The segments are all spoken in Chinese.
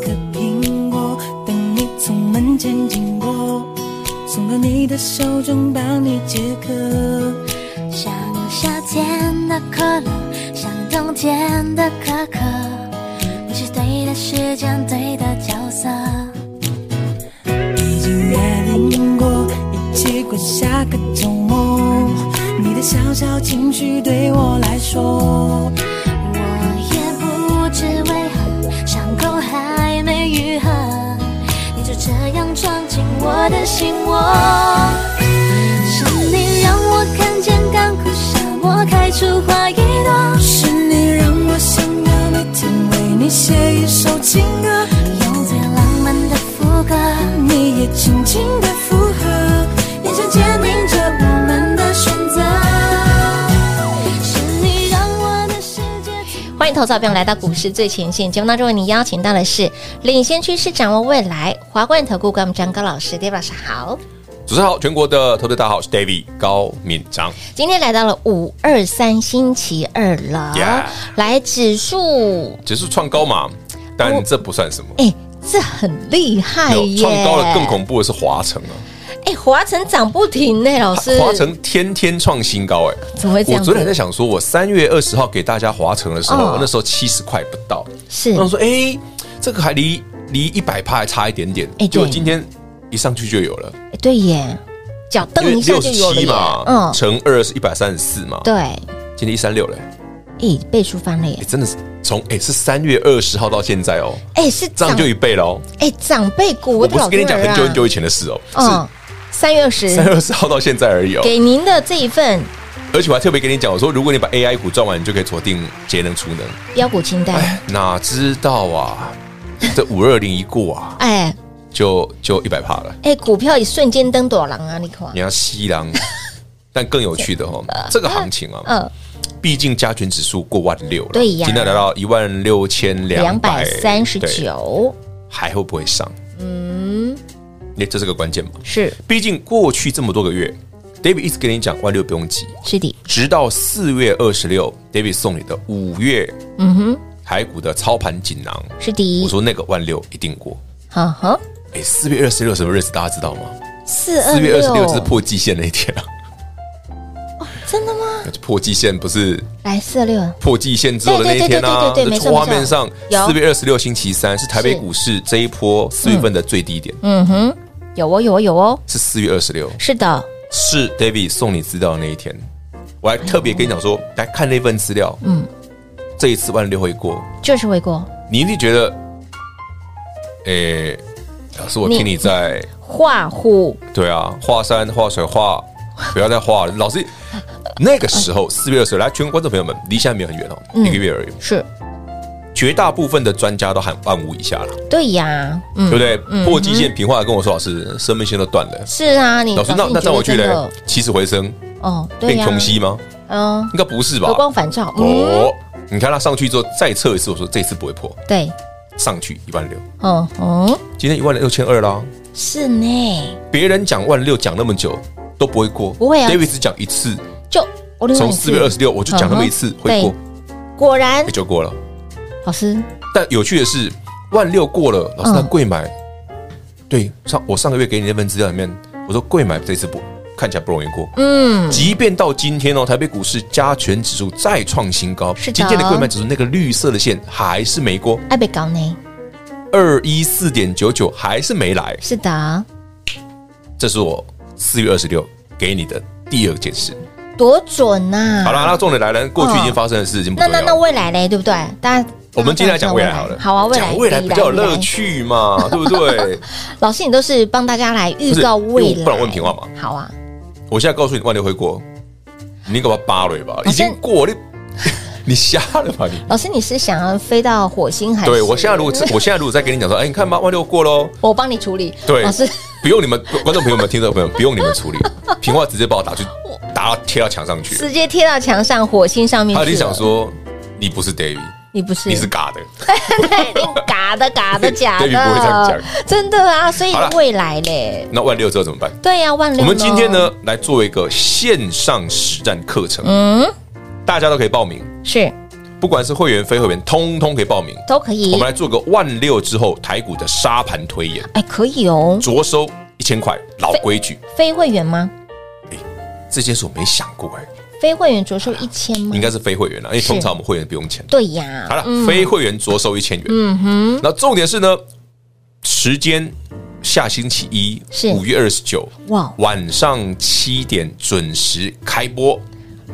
个苹果，等你从门前经过，送到你的手中，帮你解渴。想夏天的可乐，想冬天的可可，你是对的时间，对的角色。已经约定过，一起过下个周末。你的小小情绪对我来说，我也不知为何，伤口还没愈合，你就这样闯进我的心窝。是你让我看见干枯沙漠开出花一朵，是你让我想要每天为你写一首情歌，用最浪漫的副歌，你也轻轻的附和，眼神坚定着我们的选择。是你让我的世界停止欢迎投资者朋友来到股市最前线节目当中，为你邀请到的是领先趋势、掌握未来华冠投顾顾问张高老师，David 老师好。主持人好，全国的投资大家好，我是 David 高敏章。今天来到了五二三星期二了 Yeah 来指数，指数创高嘛，哦但这不算什么。哎、这很厉害有耶！创高了，更恐怖的是华城啊！哎、华晨涨不停呢，老师。华城天天创新高哎、怎么会这我样子？昨天还在想说，我三月二十号给大家华城的时候，哦那时候七十块不到，是然后说哎、这个还离离一百趴还差一点点，哎对结果今天一上去就有了，哎对耶，脚蹬一下六就十有了七耶嘛，嗯，乘二是一百三十四嘛，对，今天一三六了、哎哎、倍数翻了耶，真的是从哎、是三月二十号到现在哦，哎、是这样长就一倍哦喽。哎、长辈股，我的不是老跟你讲天儿很啊久很久以前的事哦，嗯是，三月二十三月二十号到现在而已哦。给您的这一份而且我还特别跟你讲，我哦说如果你把 AI 股赚完，你就可以锁定节能储能。标股清单，哎，哪知道 啊，这五二零一过啊，哎哎、就就一百趴了。股票一瞬间登朵郎啊，你看，你要 西狼，但更有趣的哦，这个行情啊，嗯，毕竟加权指数过万六了，对呀今天来到一万六千两两百百三十，对九，还会不会上？嗯，那这是个关键嘛。是毕竟过去这么多个月，David 一直跟你讲万六不用急，是的，直到四月二十六，David 送你的五月嗯哼，台股的操盘锦囊，是我的，说那个万六一定过。哈哈，哎，四月二十六什么日子大家知道吗？四二四月二十六是破季线那一天啊， 真的吗？破季线不是来四二六，破季线之后的那一天啊，对对对对对对没错就画面上没错有四月二十六星期三是台北是股市这一波四月份的最低点，嗯哼，有哦有哦有哦，是四月二十六，是的，是 David 送你资料的那一天。我还特别跟你讲哎说，来看那份资料，嗯，这一次万六会过，就是回过你一定觉得，诶、老师，我你听你在，画虎，对啊，画山画水画，不要再画了。老师，那个时候四月二十，来，全国观众朋友们，离现在没有很远哦，嗯一个月而已。是绝大部分的专家都喊万五以下了，对呀，对嗯不，对？破极限平话跟我说，老师，生命线都断了。是啊，你老师，那你那在我去觉得真嘞的，起死回生哦，对变呀，穷息吗？嗯，应该不是吧回？光返照，嗯，哦，你看他上去之后再测一次，我说这次不会破，对，上去一万六，嗯嗯，今天一万六千二啦。是呢，别人讲万六讲那么久都不会过，不会啊 David 只讲一次，就我另外从一次四月二十六我就讲那么一次嗯哼会过，果然也就过了。老师但有趣的是，万六过了，老师嗯他贵买，对上我上个月给你那份资料里面，我说贵买这次不看起来不容易过。嗯，即便到今天哦，台北股市加权指数再创新高，是的今天的贵买指数那个绿色的线还是没过，爱被搞呢，二一四点九九还是没来，是的，这是我四月二十六给你的第二件事。多准呐！好啦，，那重点来了，过去已经发生的事已经不那重嗯那要那了。未来嘞，对不对？大家我们今天来讲未来好了，好啊，未来讲未来比较有乐。未来趣嘛，对不对？老师，你都是帮大家来预告不是未因为来，我不然问平话嘛。好啊，我现在告诉你，万六会过，你给我扒了吧，老已师经过了，你 瞎了吧你？老师，你是想要飞到火星还是？对我现在如果我现在如果再跟你讲说，哎，你看八万六过喽，我帮你处理。对老师，不用你们观众朋友们、听众朋友们，不用你们处理，平话直接把我打去，打到贴到墙上去。直接贴到墙上，火星上面还去有了。你想说，你不是 David，你不是你是嘎的，对你嘎的嘎的假 David 不会这样的讲，真的啊，所以好啦未来嘞，那万六之后怎么办？对呀、万我六。们今天？呢，来做一个线上实战课程，嗯，大家都可以报名，是不管是会员、非会员，通通可以报名。都可以我们。来做个万六之后台股的沙盘推演，哎，可以哦，着收一千块，老规矩，非会员吗？这件事我没想过哎，非会员着收一千吗应？该是非会员啊了，因为嗯是嗯通常我们会员不用钱。对呀，好了，非会员着收一千元。嗯哼，那重点是呢，时间下星期一是，五月二十九，哇哦晚上七点准时开播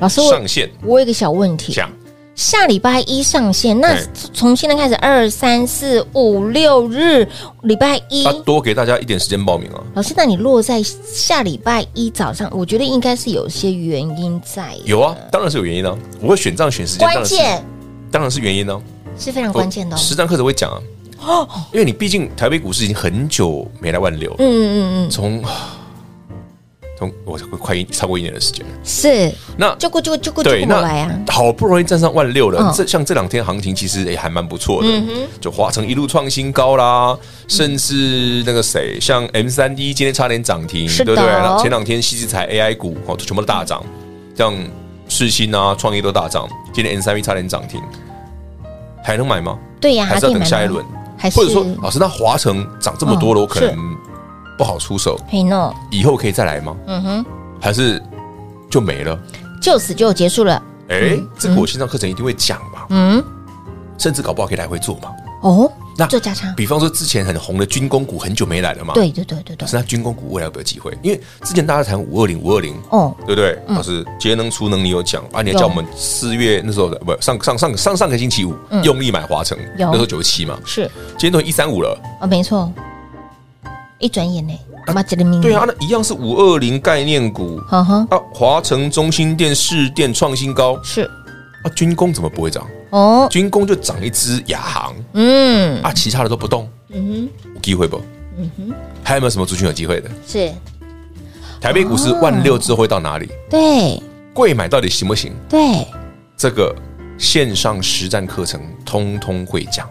老师我上线，我有一个小问题，讲下礼拜一上线，那对从现在开始二三四五六日礼拜一要，啊多给大家一点时间报名啊，老师，那你落在下礼拜一早上，我觉得应该是有一些原因在，有啊，当然是有原因啊，我会选这样选时间，当关然是键当然是原因呢、是非常啊，关键的、哦我。实战课程会讲啊，因为你毕竟台北股市已经很久没来万六，嗯嗯嗯嗯，从从我快一超过一年的时间了，是，那就过就过就过就对，过那来啊，好不容易站上万六了嗯，这像这两天行情其实也还蛮不错的，就华城一路创新高啦，甚至那个谁，像 M 三 D 今天差点涨停，是对的不对？然后前两天西之财 AI 股哦，全部都大涨，像世新啊、创意都大涨，今天 M 三 D 差点涨停，还能买吗？对呀、还是可要以等买下一吗轮？啊还是或者说，哦老师，那华城涨这么多了，嗯我可能不好出手，嘿 no，以后可以再来吗？嗯哼，还是就没了？就此就结束了，哎，这个我线上课程一定会讲嘛，嗯，甚至搞不好可以来回做嘛。哦，那做价差，比方说之前很红的军工股，很久没来了嘛。，对对对对对老，师，那军工股未来有没有机会？因为之前大家谈五二零，五二零。哦，对不对？老师，节能储能你有讲啊？你也有叫我们四月那时候的不上上上上上个星期五嗯用力买华城，有那时候九十七嘛，是今天都一三五了。哦，没错，一转眼呢，妈这个命，对啊，，那一样是五二零概念股呵呵，啊，华城、中心店、市电创新高是啊，军工怎么不会涨？哦，军工就涨一只亚航嗯啊，其他的都不动，嗯有机会不？还有没有什么族群有机会的？哼，是台北股市万六之后会到哪里？对贵买到底行不行？对，这个线上实战课程通通会讲，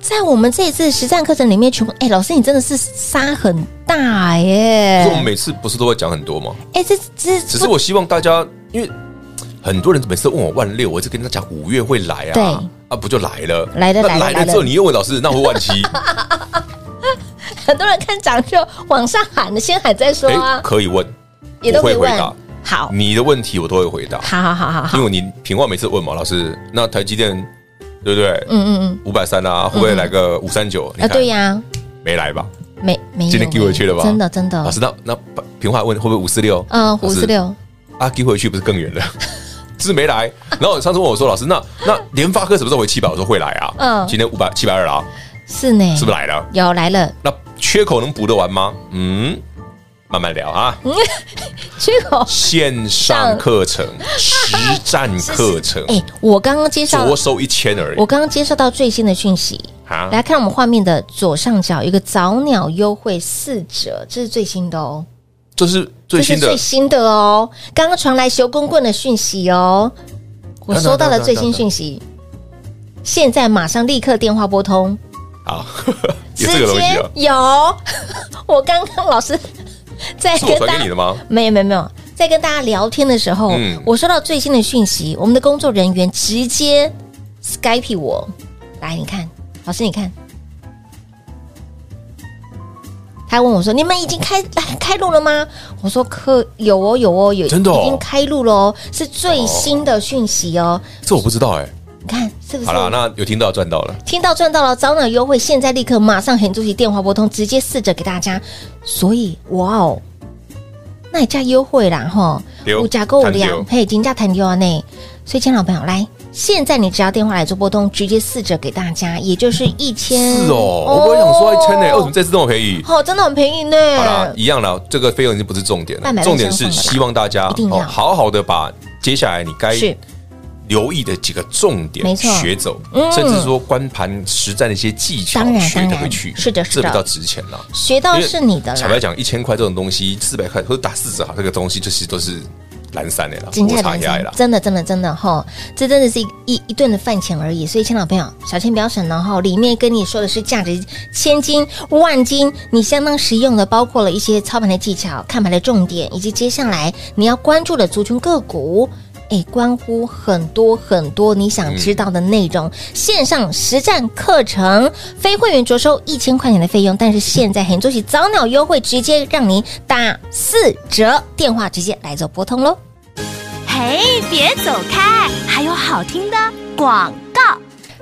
在我们这一次实战课程里面，全部哎，老师你真的是杀很大耶可是我，们每次不是都会讲很多吗？哎，这这只是不我希望大家，因为很多人每次都问我万六，我就跟他讲五月会来对啊，啊不就来了，来了那来了来来了了之后你又问老师，那会 万七？很多人看涨就往上喊的，先喊再说哎啊，，可以问，也都我没会回问答，好，你的问题我都会回答，好好好好好，因为你平话每次问嘛，老师，那台积电对不对？嗯嗯嗯，五百三啊，会不会来个五三九？你啊看对呀，没来吧？没没有今天欸给回去了吧？真的真的，老师，那那平话问会不会五四六？嗯，老五师十六，啊，给回去不是更远了？ 是没来。然后上次问我说，老师，那那联发科什么时候回七百？我说会来啊。嗯今天五百七百二了啊，是呢，是不是来了？有来了，那缺口能补得完吗？嗯，慢慢聊啊。嗯缺口。线上课程、实战课程，哎，我刚刚介绍，着收一千而已我刚刚接收到最新的讯息，啊。来看我们画面的左上角有一个早鸟优惠四折，这是最新的哦，这是最新这是的最，新的哦，刚刚传来熊公棍的讯息哦，我收到了最新讯息，现在马上立刻电话拨通， 好，有啊这个东西啊。有，我刚刚老师在是我跟传大给你家 的吗？没有没有没有，在跟大家聊天的时候，嗯我收到最新的讯息，我们的工作人员直接 Skype 我，来，你看，老师你看，他问我说：“你们已经开开录了吗？”我说：“可有哦，有哦，有，真的哦已经开录了哦，是最新的讯息哦。这我不知道哎。你看是不是？好啦，那有听到赚到了。听到赚到了，早鸟优惠，现在立刻马上很主席电话拨通，直接四折给大家。所以，哇哦，那也加优惠啦吼，对哦物价够谈量，对嘿，金价谈掉啊内。所以，亲爱的朋友，来，现在你只要电话来做拨通，直接四折给大家，也 就是一千。是哦，我本来想说一千呢，为什么这次这么便宜？哦，真的很便宜呢。好啦，一样啦，这个费用已经不是重点半了买，半重点相是送了啦希望大家一定要好好的把接下来你该是留意的几个重点没错学走，嗯甚至说观盘实战的一些技巧当然学当得然回去，是的是的这比较值钱了。学到是你的坦白啦，讲，一千块这种东西，四百块或者打四折哈，这个东西就其实都是蓝山的啦，金啊摩价擦人压生啦。真的真的真的哈，这真的是一一一顿的饭钱而已。所以，亲老朋友，小钱不要省了哈，里面跟你说的是价值千金万金，你相当实用的，包括了一些操盘的技巧、看盘的重点，以及接下来你要关注的族群个股。哎，关乎很多很多你想知道的内容，线上实战课程，非会员着收一千块钱的费用，但是现在很多起早鸟优惠，直接让您打四折，电话直接来做拨通喽。嘿，别走开，还有好听的广告。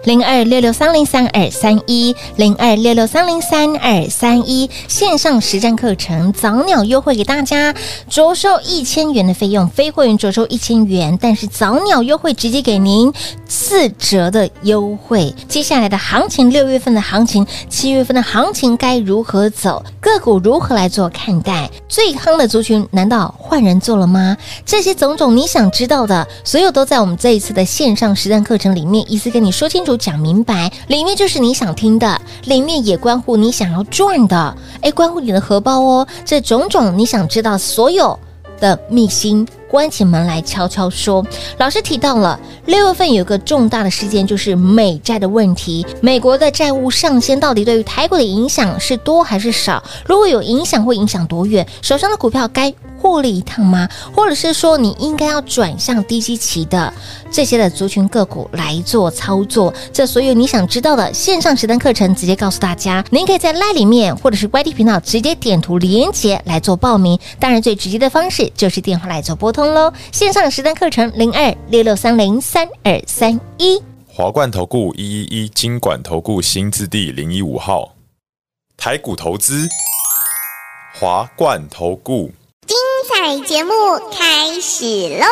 零二六六三零三二三一，零二六六三零三二三一线上实战课程早鸟优惠给大家，着收一千元的费用，非会员着收一千元，但是早鸟优惠直接给您四折的优惠。接下来的行情，六月份的行情，七月份的行情该如何走？个股如何来做看待？最夯的族群难道换人做了吗？这些种种你想知道的，所有都在我们这一次的线上实战课程里面，一次跟你说清楚、讲明白。里面就是你想听的，里面也关乎你想要赚的，哎，关乎你的荷包哦。这种种你想知道所有的秘辛。关起门来悄悄说，老师提到了六月份有个重大的事件，就是美债的问题。美国的债务上限到底对于台股的影响是多还是少？如果有影响，会影响多远？手上的股票该获利一趟吗？或者是说你应该要转向低基期的这些的族群个股来做操作？这所有你想知道的线上实战课程，直接告诉大家。您可以在 LINE 里面或者是 YT 频道直接点图连接来做报名。当然，最直接的方式就是电话来做拨通喽。线上实战课程零二六六三零三二三一。华冠投顾一一一金管投顾新字第零一五号，台股投资，华冠投顾。彩节目开始喽！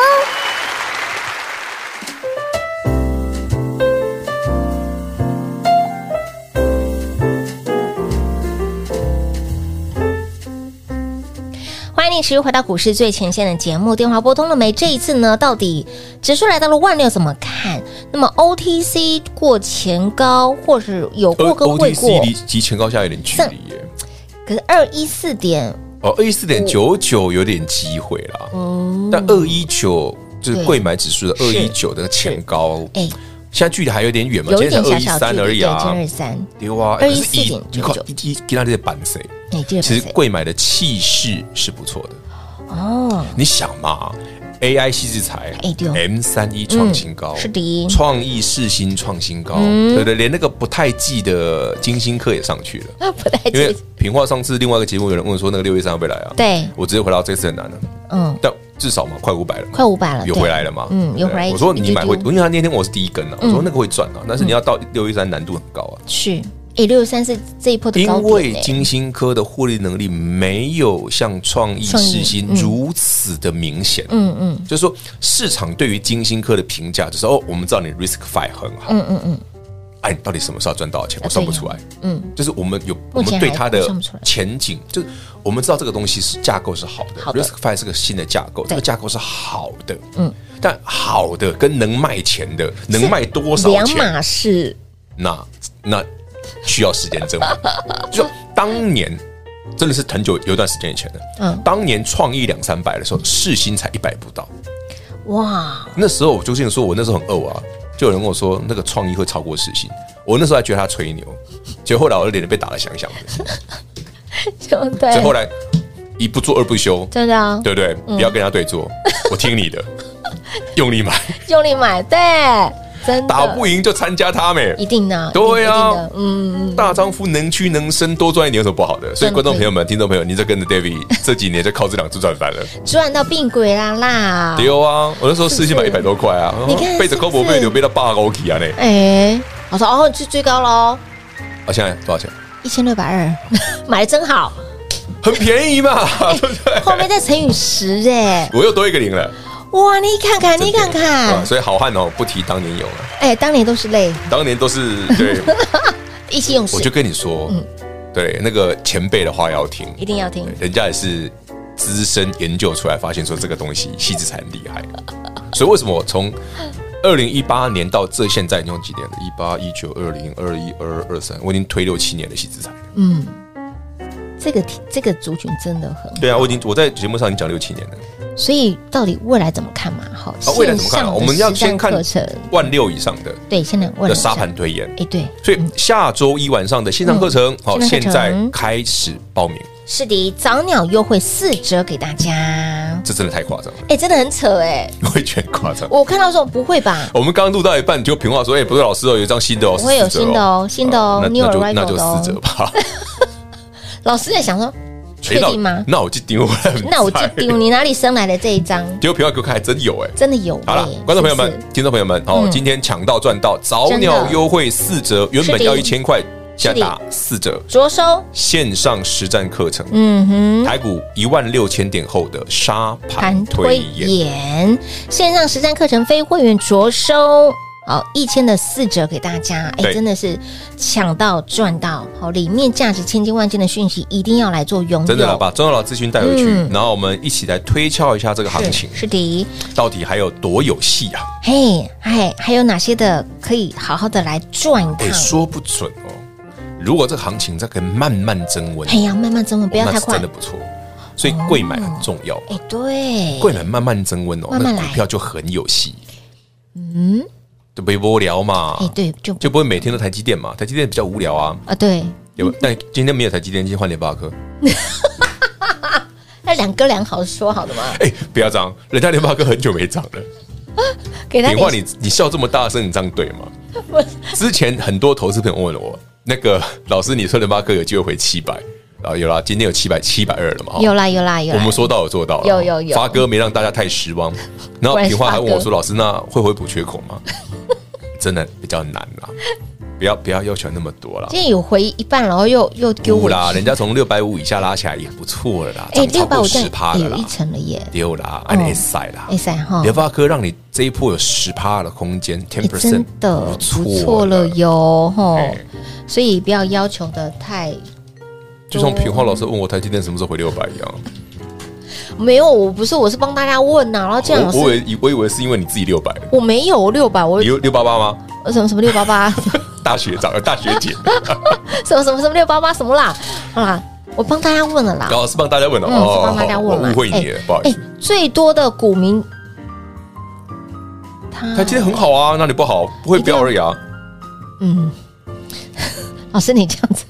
欢迎你持续回到股市最前线的节目，电话拨通了没？这一次呢，到底指数来到了万六怎么看？那么 OTC 过前高，或是有过呃跟未过 OTC 离离前高下有点距离耶，可是二一四点，哦，二一四点九九有点机会啦，但二一九就是对贵买指数的二一是九的前高，哎，现在距离还有点远嘛，有今一天才点小二一小距三离，而已对，啊二，三，对啊，可是21.99你看一一跟他这板谁？哎，这个其实不是贵买的气势是不错的，哦，你想嘛，AI 西制裁哎对哦，M 三一创新高，嗯是的嗯创意世新创新高，对不对？连那个不太记的金星科也上去了，那 不太因为对，平话上次另外一个节目有人问说那个六月三要不要来啊？对，我直接回答这次很难了，嗯，但至少嘛，快五百了嘛，快五百了，有对回来了嘛？嗯，有对回来一，我说一你丢买会，丢嗯因为他那天我是第一根啊，我说那个会赚啊，但是你要到六一三难度很高啊，是，哎，六三是这一波的因高为点呢，金星科的获利能力没有像创意创意世新嗯如此的明显，嗯嗯就是说市场对于金星科的评价就是哦，我们知道你 risk five 很好，嗯嗯嗯，哎，你到底什么时候要赚到钱？啊我算不出来，对呀嗯，就是我们有目我前们对它还的算不出来前景，就是我们知道这个东西是架构是好的好的 r i s k five 是个新的架构，这个架构是好的，嗯，但好的跟能卖钱的，能卖多少两钱，码事，那那需要时间证明。 就说当年真的是很久有一段时间以前的，嗯当年创意两三百的时候，世新才一百不到。哇， 那时候我究竟说，我那时候很饿啊，就有人跟我说那个创意会超过世新，我那时候还觉得他吹牛，结果后来我的脸被打得响响的，就所对以，后来一不做二不休，哎真的啊，对不对？不要跟他对坐，我听 你的，用力买，用力买，对，真的打不赢就参加他们。一定的，对啊一定的嗯，大丈夫能屈能伸，多赚一点有什么不好的？所以观众朋友们、听众朋友，你在跟着 David 这几年就靠这两只赚翻 了。赚到病鬼啦啦，丢啊！我那时候世新买一百多块啊， 你看背着高博是不是背流背到八欧起啊嘞！哎，我说哦，最最高喽，啊，现在多少钱？一千六百二， 买的真好，很便宜 嘛，对不对？后面再乘以十，哎，我又多一个零了。哇，你看 看，你看啊，看，所以好汉哦，不提当年勇啊，哎，当年都是泪，当年都是 对，意气用我就事，跟你说，嗯对那个前辈的话要听，一定要听哦对，人家也是资深研究出来，发现说这个东西细致才很厉害，所以为什么我从二零一八年到这现在，你用几年了？一八、一九、二零、二一、二二、二三，我已经推六七年的细资材。嗯，这个题这个族群真的很好，对啊，我已经我在节目上已经讲六七年了。所以到底未来怎么看嘛？好，啊，未来怎么线看啊？上的我们要实先战看课程，万六以上的对，现在未来的怎么沙看盘，推演。哎，对，所以下周一晚上的线上课程，好，嗯线上现课程在开始报名，是的，早鸟优惠四折给大家，这真的太夸张了， 哎，真的很扯哎，我会觉得夸张。我看到说不会吧？我们刚录到一半，你就评话说：“哎，不是老师哦，有一张新的哦，不会有四折新的哦新的哦啊那 new 那就 arrival 那就的哦四折 吧。老师在想说，确哎那定吗？那我就丢了， 那我就丢你哪里生来的这一张，结果评话给我看，还真有哎。真的有好哎了，观众朋友们是不是、听众朋友们，哦嗯，今天抢到赚到，早真的鸟优惠四折，原本是的要一千块，现是的在打四折。着收，线上实战课程，嗯哼。台股一万六千点后的沙盘盘推推演，演线上实战课程非会员着收。好，一千的四折给大家，哎，对真的是抢到赚到！好，里面价值千金万金的讯息一定要来做拥有，真的啦，把中老资讯带回去嗯，然后我们一起来推敲一下这个行情是是的，到底还有多有戏啊？嘿，哎，还有哪些的可以好好的来赚一哎，趟？说不准哦。如果这个行情再可以慢慢增温，哎呀，慢慢增温，不要那太是快哦真的。不错。所以贵买很重要，哎，对，贵买慢慢增温哦，慢那慢来股票就很有戏。嗯，就没无聊嘛哎，，对，就就不会每天都台积电嘛，台积电比较无聊啊。啊，对，有，但今天没有台积电，今天换联发科。那两哥两好说好的吗？哎，不要涨，人家联发科很久没涨了。给他平话，点你你笑这么大声，你这样对 吗？我之前很多投资朋友问我，那个老师，你说联发科有机会回七百啊？有啦，今天有七百七百二了嘛？哈有啦有啦有我啦，们说到有做到了，啊有有有发哥没让大家太失望。然后果然是平花还问发我哥说：“老师，那会回补缺口吗？” 真的比较难啦，不要不要要求那么多啦。今天有回一半，然后又又丢不回啦，去人家从六百五以下拉起来也不错了啦，哎，六涨超百过五十趴了有啦一，层哦了耶，丢啦，按你塞啦哎，塞哈，联发科让你这一波有十趴的空间，ten 哎 percent 真的不错了哟吼，所以不要要求的太就像平花老师问我台积电什么时候回六百一啊样，没有，我不是我是帮大家问啊呐、然后这样老我我师以为我以为是因为你自己六百，我没有六百，我你有六八八吗？什么什么六八八， 大学长，呃大学姐，什么什么什么六八八什么啦，好啦，我帮大家问了啦，老师哦帮大家问了，嗯，是帮大家问哎我了，误会你了，不好意思。最多的股民，他哎台积电很好啊，哪里不好？不会标而已啊。嗯， 老师你这样子，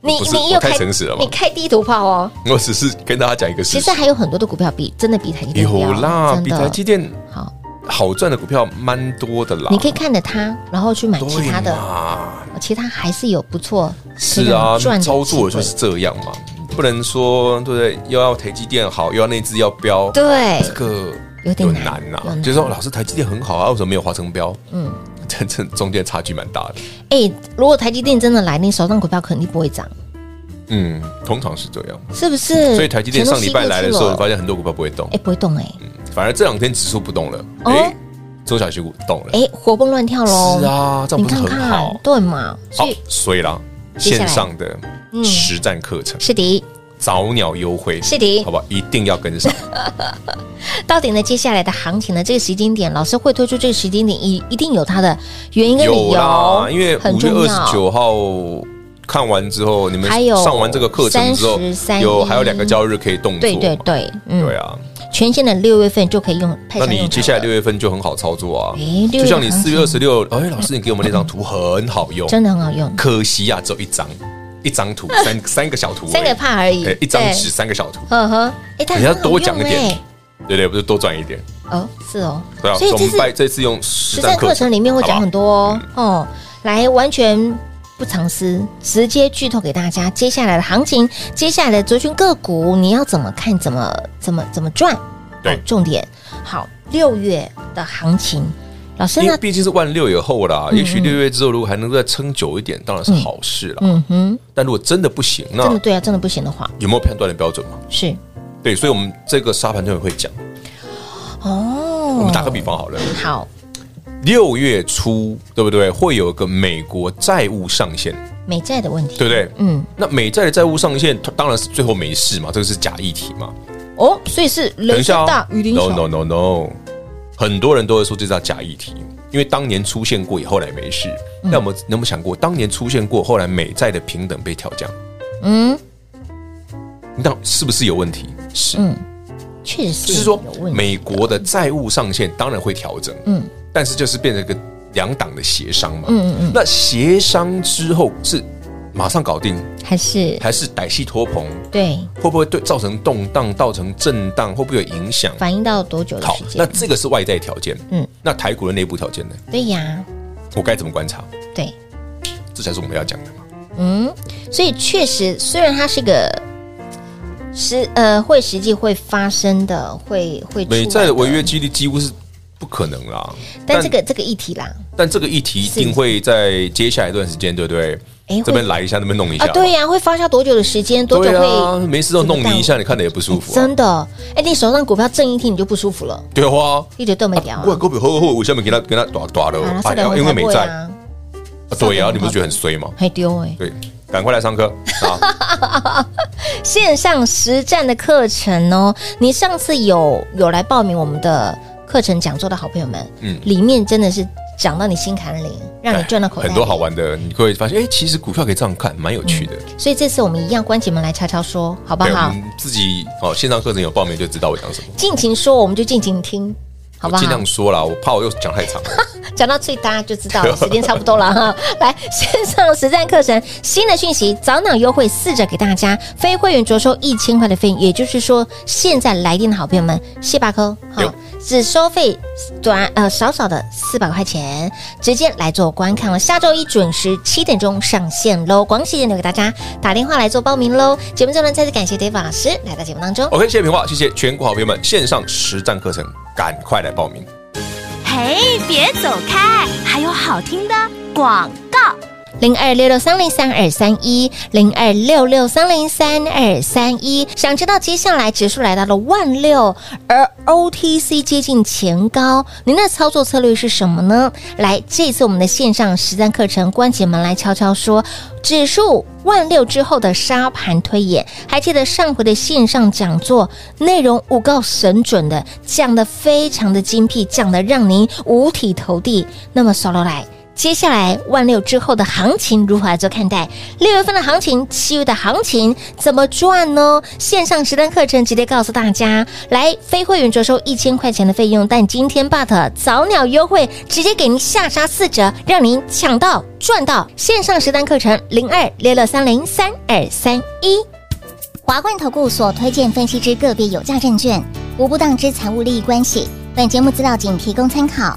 你不是你我又太开诚实了嘛你开地图炮哦。我只是跟大家讲一个其事实情，还有很多的股票比真的比台积电有标啦，真比的台积电好，好赚的股票蛮多的啦。你可以看着它，然后去买其他对的，嘛其他还是有不错嗯是可啊，以让你赚的操作机就会是这样嘛，不能说对不对？又要台积电好，又要那只要标，对这个有点难难呐啊有。难就是说，老师台积电很好啊，为什么没有华成标？嗯嗯， 这这中间差距蛮大的。哎、如果台积电真的来，你手上股票肯定不会涨，嗯，通常是这样。是不是？所以台积电上礼拜来的时钱候，嗯都吸过去你了发现很多股票不会动哎、，不会动哎、反而这两天指数不动了，哦哎，中小型股动了哎、。活蹦乱跳喽。是，啊，这样你不是看很看好，？对嘛？所好以，所以啦，接下来线上的嗯实战课程是的，早鸟优惠，是的好不好？一定要 跟上。到底呢？接下来的行情呢？这个时间点，老师会推出这个时间点，一一定有它的原因跟理有啦由，，因为很五月重二要十九号看完之后，你们还有上完这个课程之后30，有还有两个交易日可以动作。对对，对，嗯对啊。全线的六月份就可以用派上那用场了。你接下来六月份就很好操作啊诶，六月就像你行四情月二十六，哎，老师，你给我们那张图很好用，真的很好用，可惜啊，只有一张，一张图，三三个小图而已，啊三个帕而已哎，一张对纸，三个小图，呵呵，哎，它你要很好多讲一用点哎对不对，不是多赚一点。哦，是哦，对啊，所以我这们次拜这次用实实战课程里面会讲很多。多哦，嗯哦来完全。不藏私，直接剧透给大家接下来的行情，接下来的族群个股，你要怎么看，怎么怎么怎么赚？对哦重点好，六月的行情，老师因为呢？毕竟是万六以后啦，也许六月之后如果还能够再撑久一点，当然是好事啦。嗯嗯哼，但如果真的不行，那真的对啊，真的不行的话，有没有判断的标准嘛？是对，所以我们这个沙盘推演会讲。哦。我们打个比方好了，好，六月初对不对？会有一个美国债务上限，美债的问题，对不对？嗯，那美债的债务上限，它当然是最后没事嘛，这个是假议题嘛。哦，所以是等雷一声下哦大雨淋，no no 小， no no，很多人都会说这叫假议题，因为当年出现过，也后来没事。嗯那我们有没有想过，当年出现过，后来美债的平等被调降？嗯，那是不是有问题？是，确实就是说嗯有问题美国的债务上限当然会调整，嗯嗯，但是就是变成一个两党的协商嘛，嗯嗯嗯。那协商之后是马上搞定，还是还是歹戏拖棚？对会不会对造成动荡、造成震荡？会不会有影响？反映到多久的好时，那间？这个是外在条件，嗯嗯，那台股的内部条件呢？对呀，我该怎么观察？对，这才是我们要讲的嘛。嗯，所以确实，虽然它是个实呃会实际会发生的，会会美出来债的违约，几率几乎是不可能啦，但这个这个议题啦，但这个议题一定会在接下来一段时间，对不对哎会？这边来一下，那边弄一下啊，嘛，对呀，会发酵多久的时间？多久对会啊，没事都弄你一下，你看的也不舒服啊真。的？哎，你手上股票震一天你就不舒服了，对啊，一直都没掉啊我。股票好好，我下面给他给他打打啊了，那哎因为美债，啊啊，对啊，上等你不是觉得很衰吗？还丢哎、对，赶快来上课 啊！线上实战的课程哦，你上次有有来报名我们的课程讲座的好朋友们，嗯嗯，里面真的是讲到你心坎里，让嗯你赚到口袋哎很多好。玩的，你会发现，哎，其实股票可以这样看，蛮有趣的。所以这次我们一样关起门来悄悄说，好不对，嗯我好？们自己哦，线上课程有报名就知道我讲什么。尽情说，我们就尽情听，好不我好尽？量说啦，我怕我又讲太长了。 讲到最大家就知道了，时间差不多了哈。来，线上实战课程新的讯息，早鸟优惠四折给大家，非会员着收一千块的费用，也就是说，现在来电的好朋友们，谢把扣哈有，只收费短呃少少的四百块钱，直接来做观看了。下周一准时七点钟上线喽，广喜点留给大家打电话来做报名喽。节目最后呢，再次感谢 David 老师来到节目当中。 OK，谢谢平话，谢谢全国好朋友们，线上实战课程赶快来报名。嘿，别走开，还有好听的广告。零二六六三零三二三一，零二六六三零三二三一。想知道接下来指数来到了万六，而 OTC 接近前高，您的操作策略是什么呢？来，这次我们的线上实战课程，关起门来悄悄说，指数万六之后的沙盘推演，还记得上回的线上讲座内容五告神准的，讲的非常的精辟，讲的让您五体投地。那么，扫罗来。接下来万六之后的行情如何来做看待？六月份的行情，七月的行情怎么赚呢？线上实单课程直接告诉大家，来非会员着收一千块钱的费用，但今天 but 早鸟优惠直接给您下杀四折，让您抢到赚到。线上实单课程零二六六三零三二三一。华冠投顾所推荐分析之个别有价证券，无不当之财务利益关系。本节目资料仅提供参考，